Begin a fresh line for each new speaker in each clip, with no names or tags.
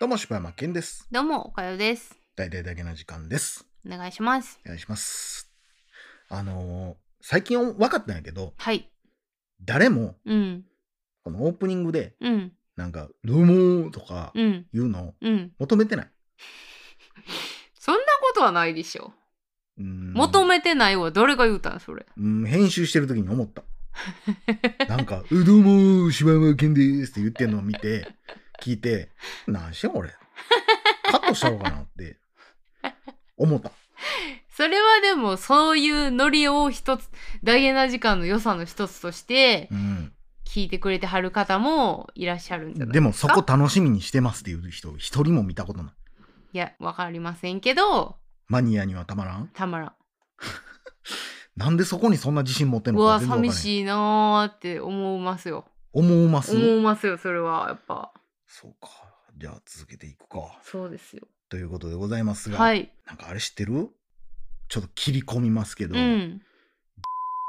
どうも、柴山健です。
どうも、おかよです。
大々だけの時間です。
お願いします。
お願いします。あのー最近分かったんやけど、
はい。
誰も、
うん。
このオープニングで、
うん。
なんか、どうもーとか
うん。
言うのを
うん。
求めてない。
そんなことはないでしょ。
うん
求めてないわ。誰が言うたんそれ。
うん、編集してる時に思った。なんか、うどうもー、柴山健ですって言ってんのを見て、聞いて、なんしてん俺。カットしたのかなって、思った。
それはでも、そういうノリを一つ、大変な時間の良さの一つとして
う、ん。
聞いてくれてはる方もいらっしゃるんじゃない
でも、
す
そ
か
こ楽しみにしてますっていう人、一人も見たことない。
いや、わかりませんけど、
マニアにはたまらん
たまらん。
なんでそこにそんな自信持ってん
う
のか
わ、
全然わかん
寂
ない
しいなーって思いますよ。
思うます
思いますよ、それは。やっぱ、
そうかじゃあ続けていくか
そうですよ。
ということでございますが、
はい。
なんかあれ知ってるちょっと切り込みますけど、
うん。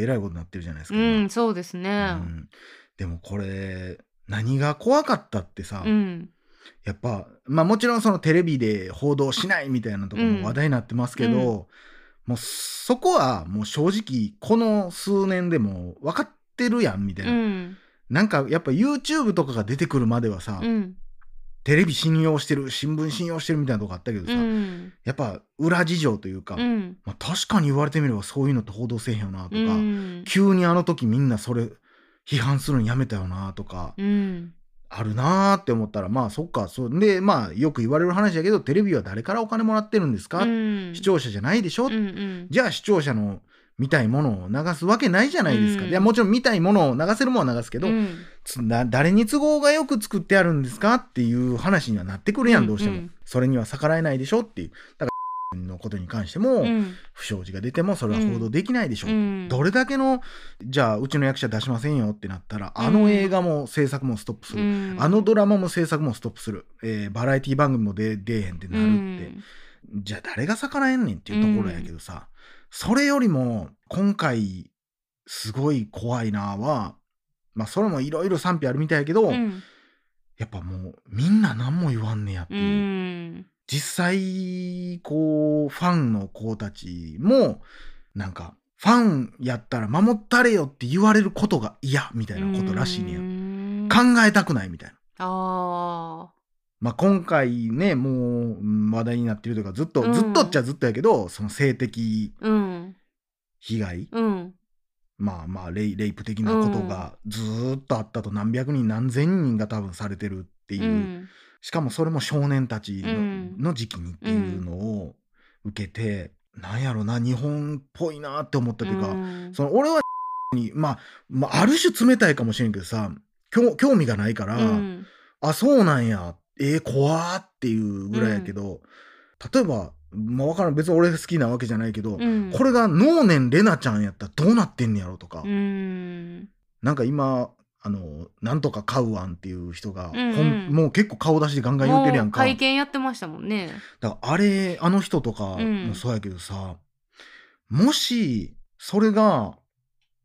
えらいことになってるじゃないですか、
う
今
ん、そうですね。
うんでもこれ何が怖かったってさ、
うん。
やっぱまあもちろんそのテレビで報道しないみたいなところも話題になってますけど、
うんうん
もうそこはもう正直この数年でも分かってるやんみたいうな、
ん。
なんかやっぱ YouTube とかが出てくるまではさ、
うん。
テレビ信用してる新聞信用してるみたいなとこあったけどさ、
うん。
やっぱ裏事情というか、
うん。
まあ、確かに言われてみればそういうのって報道せえへんよなとか、
うん。
急にあの時みんなそれ批判するのやめたよなとか、
うん。
あるなーって思ったらまあそっかそうでまあよく言われる話だけどテレビは誰からお金もらってるんですか、視聴者じゃないでしょ、
うんうん。
じゃあ視聴者の見たいものを流すわけないじゃないですか、
うん
いやもちろん見たいものを流せるものは流すけど、
うん
つな誰に都合がよく作ってあるんですかっていう話にはなってくるやん、
うん
どうしても、
うん
それには逆らえないでしょっていうだから のことに関しても、
うん
不祥事が出てもそれは報道できないでしょ、
うん
どれだけのじゃあうちの役者出しませんよってなったらあの映画も制作もストップす
う
る、
ん
あのドラマも制作もストップする、えーバラエティ番組も出出えへんってなるって、じゃあ誰が逆らえんねんっていうところやけどさ、それよりも今回すごい怖いなはまあそれもいろいろ賛否あるみたいやけど、
うん
やっぱもうみんな何も言わんねやって
う
いう、
ん
実際こうファンの子たちもなんかファンやったら守ったれよって言われることが嫌みたいなことらしいねや、
うん
考えたくないみたいな。
あ
まあ、今回ねもううん話題になってるというかずっと、
うん
ずっとっちゃずっとやけどその性的
ーうん
被害、
うん
まあまあレイレイプ的なことがずーっとあったと何百人何千人が多分されてるっていう、
うん
しかもそれも少年たちの,、
うん
の時期にっていうのを受けて、なんやろな日本っぽいなって思ったというか、
うん
その俺はに、まあ、まあある種冷たいかもしれんけどさ興興味がないから。
うん
あそうなんやえー、怖ーっていうぐらいやけど、例えばまあ分からん別に俺が好きなわけじゃないけど、
うん
これが能年玲奈ちゃんやったらどうなってんねやろとか、
うん
なんか今あのなんとか買う案っていう人が、
うんうん
ほんもう結構顔出しでガンガン言ってるやん
も
か
う会見やってましたもんね
だからあれあの人とか
うん
もそうやけどさ、もしそれが、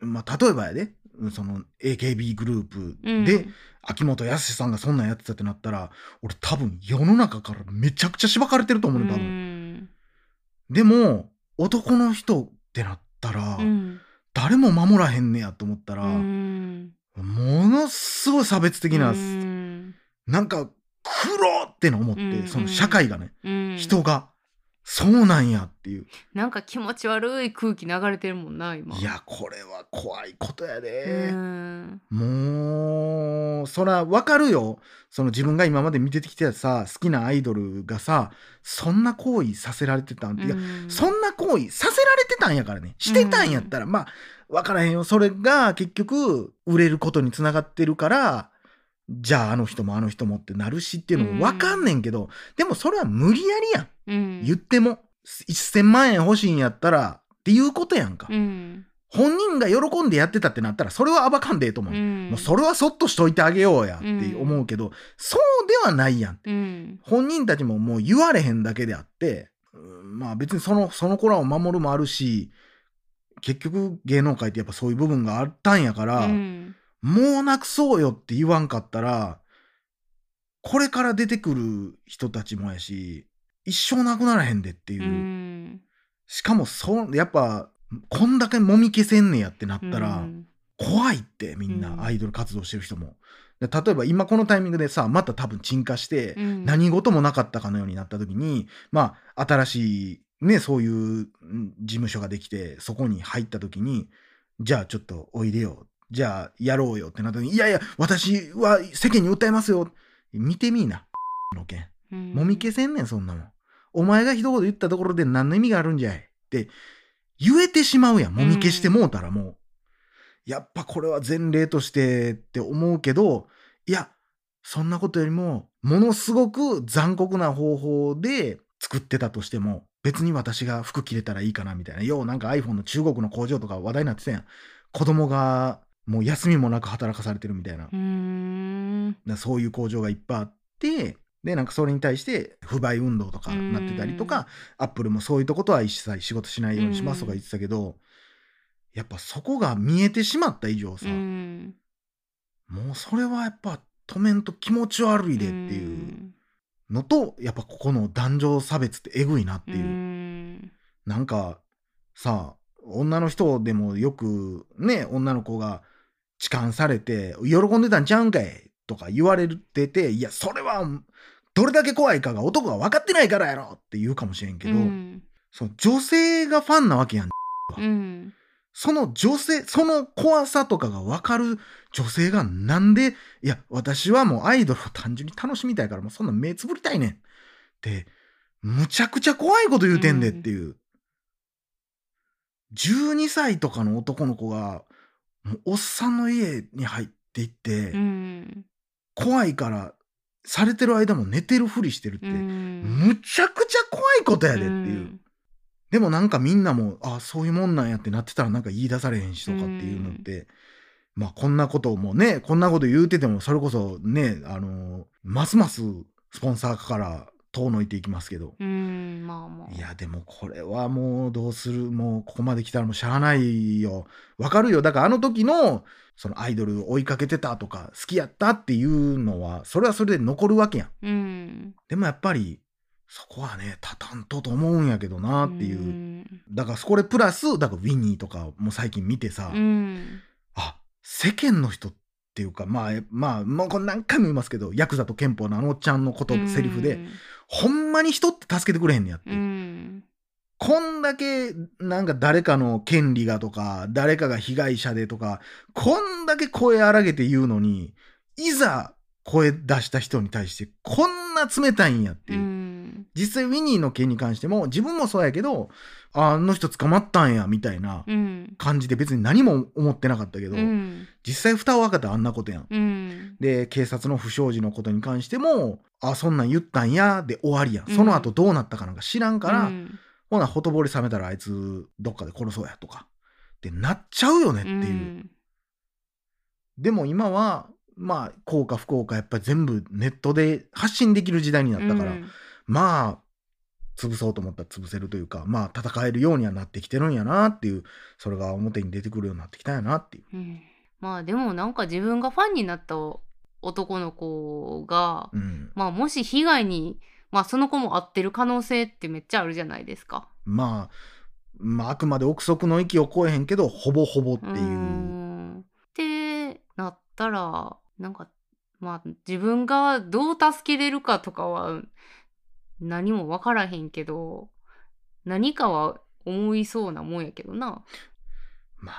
まあ、例えばやでその AKB グループ
うん
で、秋元康さんがそんなんやってたってなったら俺多分世の中からめちゃくちゃしばかれてると思うね多
う
分、
ん
でも男の人ってなったら、
うん
誰も守らへんねやと思ったら、
うん
ものすごい差別的な、
うん
なんか黒っての思って、
うん
その社会がね、
うん
人がそうなんやっていう、
なんか気持ち悪い空気流れてるもんな今
いやこれは怖いことや
う
で、
ん
もうそらわかるよその自分が今まで見てきてたさ好きなアイドルがさそんな行為させられてたんて、いや
うん
そんな行為させられてたんやからねしてたんやったら、まあわからへんよそれが結局売れることにつながってるからじゃああの人もあの人もってなるしっていうのもわかんねんけど、でもそれは無理やりやん
うん
言っても1,000万円欲しいんやったらっていうことやんか、
うん
本人が喜んでやってたってなったらそれは暴かんでええと思う、
うん
もうそれはそっとしといてあげようやって思うけど、そうではないやん。
うん
本人たちももう言われへんだけであって、うんまあ別にその、その子らを守るもあるし、結局芸能界ってやっぱそういう部分があったんやから、
うん
もうなくそうよって言わんかったら、これから出てくる人たちもやし一生なくならへんでっていうう、
ん
しかもそうやっぱこんだけもみ消せんねやってなったら、
うん
怖いってみん
うん
なアイドル活動してる人も、で例えば今このタイミングでさまた多分沈下して、
うん
何事もなかったかのようになった時にまあ新しいねそういうん事務所ができてそこに入った時にじゃあちょっとおいでよじゃあやろうよってなった時にいやいや私は世間に訴えますよ見てみいなの件
うん
もみ消せんねんそんなもんお前が一言言ったところで何の意味があるんじゃいって言えてしまうやんもみ消してもうたらもう、やっぱこれは前例としてって思うけどいやそんなことよりもものすごく残酷な方法で作ってたとしても別に私が服着れたらいいかなみたいなようなんか iPhone の中国の工場とか話題になってたやん子供がもう休みもなく働かされてるみたいな
うん
なそういう工場がいっぱいあってでなんかそれに対して不買運動とかなってたりとかアップルもそういうとことは一切仕事しないようにしますとか言ってたけど、やっぱそこが見えてしまった以上さ、
うん
もうそれはやっぱ止めんと気持ち悪いでっていうのとやっぱここの男女差別ってえぐいなっていう、
ん
なんかさ女の人でもよくね女の子が痴漢されて「喜んでたんちゃうんかい」とか言われてて「いやそれはどれだけ怖いかが男が分かってないからやろ」って言うかもしれんけど、
うん
その女性がファンなわけやん
うん
その女性その怖さとかが分かる女性がなんで「いや私はもうアイドルを単純に楽しみたいからもうそんな目つぶりたいねん」ってむちゃくちゃ怖いこと言うてんでっていう、12歳とかの男の子がもうおっさんの家に入っていって、
うん
怖いからされてる間も寝てるふりしてるって、
うん
むちゃくちゃ怖いことやでっていう。でもなんかみんなもあそういうもんなんやってなってたらなんか言い出されへんしとかっていうのって、まあこんなことをもうねこんなこと言うててもそれこそねあのーますますスポンサーから遠のいていきますけど、
うんまあまあ
いやでもこれはもうどうするもうここまで来たらもうしゃあないよわかるよだからあの時のそのアイドル追いかけてたとか好きやったっていうのはそれはそれで残るわけやん
うん
でもやっぱりそこはね立たんとと思うんやけどなっていう。だからこれプラスだからウィニーとかも最近見てさ、
うん
あ世間の人っていうかまあまあもうこれ何回も言いますけどヤクザと憲法のあのおっちゃんのこと、セリフでほんまに人って助けてくれへんねやって、
うん
こんだけなんか誰かの権利がとか誰かが被害者でとかこんだけ声荒げて言うのにいざ声出した人に対してこんな冷たいんやって
う
いう。
ん
実際ウィニーの件に関しても自分もそうやけどああの人捕まったんやみたいな
うん
感じで別に何も思ってなかったけど、
うん
実際蓋を開けたらあんなことやん。
うん
で警察の不祥事のことに関しても「あそんなん言ったんや」で終わりやん、
うん
その後どうなったかなんか知らんから、
うん
ほなほとぼり冷めたらあいつどっかで殺そうやとかってなっちゃうよねっていう、でも今はまあ幸か不幸かやっぱり全部ネットで発信できる時代になったから、
うん
まあ潰そうと思ったら潰せるというかまあ戦えるようにはなってきてるんやなっていうそれが表に出てくるようになってきたんやなっていう。
うんまあでもなんか自分がファンになった男の子が
うん
まあもし被害にまあその子も合ってる可能性ってめっちゃあるじゃないですか。
まあ、まあ、あくまで憶測の域を超えへんけど、ほぼほぼっていう
ー。んってなったらなんかまあ自分がどう助けれるかとかは何も分からへんけど何かは思いそうなもんやけどな。
ま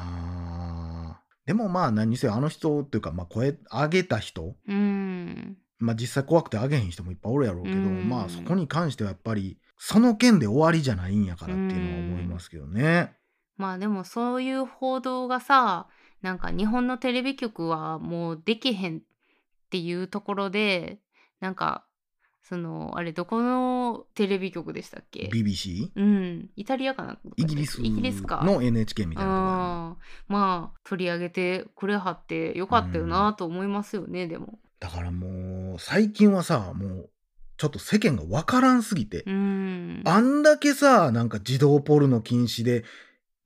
あ、でもまあ何にせよあの人っていうか、まあ声上げた人、
うーん
まあ実際怖くて上げへん人もいっぱいおるやろうけど、
うん
まあそこに関してはやっぱり、その件で終わりじゃないんやからっていうのは思いますけどね。
まあでもそういう報道がさなんか日本のテレビ局はもうできへんっていうところでなんかそのあれどこのテレビ局でしたっけ
BBC?
うんイタリアかな
イギリス
イギリスか
の NHK みたいなとこやな
あーまあ取り上げてくれはってよかったよなと思いますよね、でも
だからもう最近はさもうちょっと世間が分からんすぎて、
うん
あんだけさ、なんか児童ポルノ禁止で、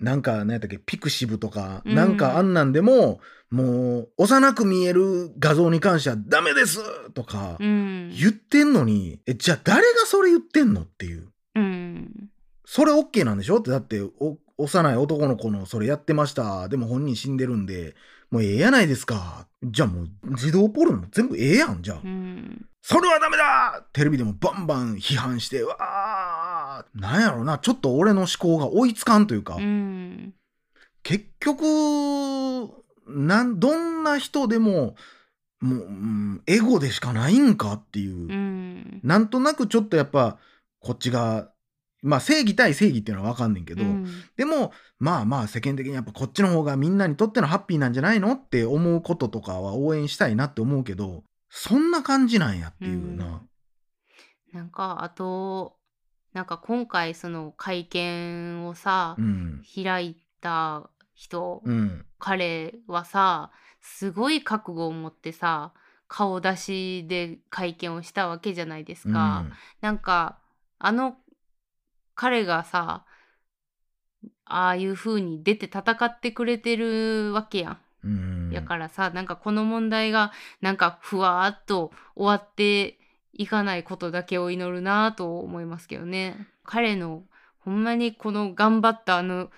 なんか、何やったっけ、ピクシブとか、
うん
なんかあんなんでも、もう幼く見える画像に関してはダメですとか
うん
言ってんのに、えじゃあ誰がそれ言ってんのっていう
うん
それ OK なんでしょってだってお幼い男の子のそれやってましたでも本人死んでるんでもうええやないですかじゃあもう児童ポルノ全部ええやんじゃあ、
うん
それはダメだテレビでもバンバン批判してわーなんやろなちょっと俺の思考が追いつかんというか、
うん
結局なんどんな人でももう、うんエゴでしかないんかっていう、
うん
なんとなくちょっとやっぱこっちがまあ正義対正義っていうのは分かんねんけど、
うん
でもまあまあ世間的にやっぱこっちの方がみんなにとってのハッピーなんじゃないのって思うこととかは応援したいなって思うけどそんな感じなんやっていうな。
なんかあとなんか今回その会見をさ、
うん、
開いた人、
うん、
彼はさすごい覚悟を持ってさ顔出しで会見をしたわけじゃないですか。なんかあの彼がさああいう風に出て戦ってくれてるわけやん。
うん、
やからさなんかこの問題がなんかふわーっと終わっていかないことだけを祈るなぁと思いますけどね彼のほんまにこの頑張ったあの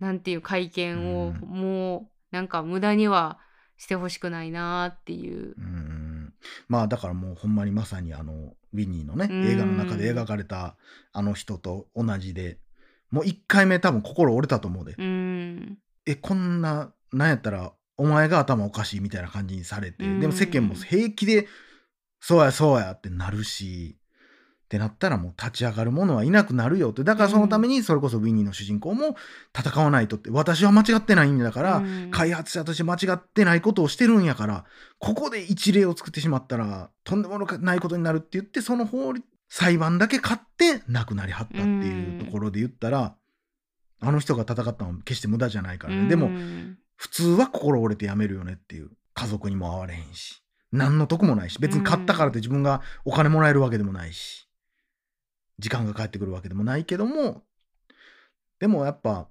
なんていう会見を、
うん
もうなんか無駄にはしてほしくないなぁっていう
う。んまあだからもうほんまにまさにあのウィニーのね
うん
映画の中で描かれたあの人と同じでもう1回目多分心折れたと思うで、
うん
えこんななんやったらお前が頭おかしいみたいな感じにされて、
うん
でも世間も平気でそうやそうやってなるしってなったらもう立ち上がる者はいなくなるよってだからそのためにそれこそウィニーの主人公も戦わないとって私は間違ってないんだから、
うん
開発者として間違ってないことをしてるんやからここで一例を作ってしまったらとんでもないことになるって言ってその法律裁判だけ勝って亡くなりはったっていうところで言ったら、あの人が戦ったのは決して無駄じゃないからね、で
う
も
ん
普通は心折れてやめるよねっていう家族にも会われへんし何の得もないし別に買ったからって自分がお金もらえるわけでもないし時間が返ってくるわけでもないけどもでもやっぱ、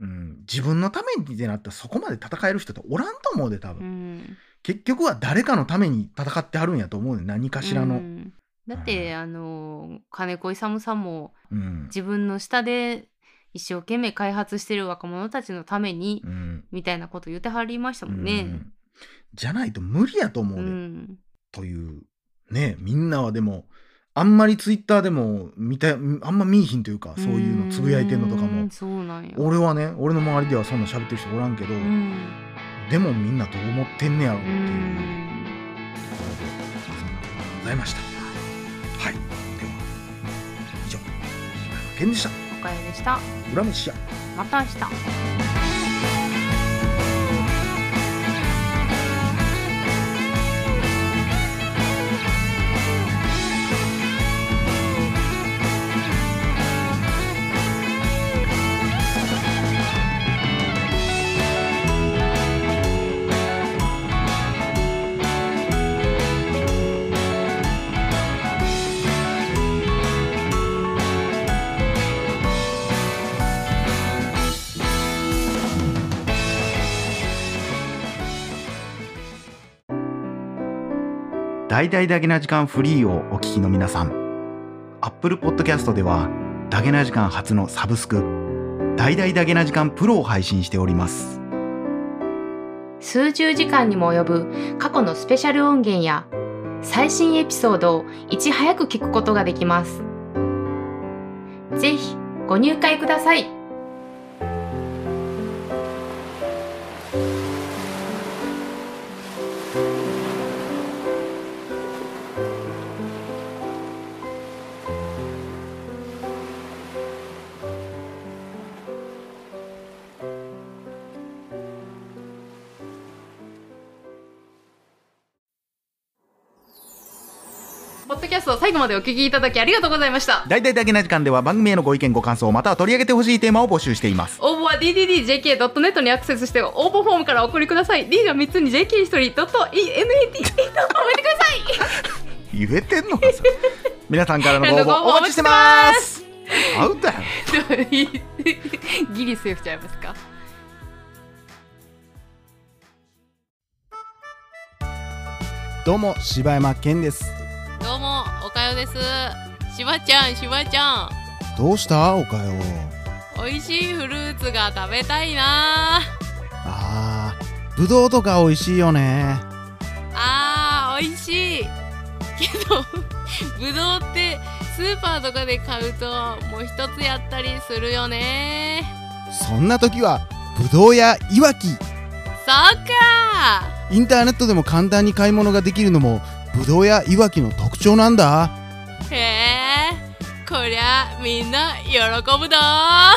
うん、自分のためにってなったらそこまで戦える人っておらんと思うで多
う
分、
ん
結局は誰かのために戦ってはるんやと思うね何かしらの、
う
うん
んだって、あの金子勇さんも
うん
自分の下で一生懸命開発してる若者たちのために、みたいなこと言ってはりましたもん
う
ね。
んじゃないと無理やと思
う
うで、
ん、
というねみんなはでもあんまりツイッターでも見たあんま見いひんというかそういうのつぶやいてんのとか
う
も
んそうなんや。
俺はね俺の周りではそんな喋ってる人おらんけど、
うん
でもみんなどう思ってんねやろっ
う
ていう、
ん
ところでそんなことがございましたはいでは以上「けんでした
おかえりでした。
裏飯屋」
また明日。
大々だけな時間フリーをお聞きの皆さん Apple Podcast ではだげな時間初のサブスク「大々だけな時間プロを配信しております
数十時間にも及ぶ過去のスペシャル音源や最新エピソードをいち早く聞くことができます。ぜひご入会ください。ポッドキャストを最後までお聞きいただきありがとうございました。
大体だけな時間では番組へのご意見ご感想または取り上げてほしいテーマを募集しています
応募は dddjk.net にアクセスして応募フォームからお送りください D が3つに JK1 人 .net と覚えてください
言えてんのか それ皆さんからの ご応
ご応募
募お待ちしてますアウトやろ
ギリセーフちゃいますか
どうも柴山健です
どうもおかよですしばちゃんしばちゃん
どうしたおかよ
美味しいフルーツが食べたいな
あーぶどうとか美味しいよね
あー美味しいけど ぶどうってスーパーとかで買うともう一つやったりするよね
そんな時はぶどうやいわき
そっか
インターネットでも簡単に買い物ができるのもぶどうやいわきの特徴なんだ
へえこりゃみんな喜ぶだ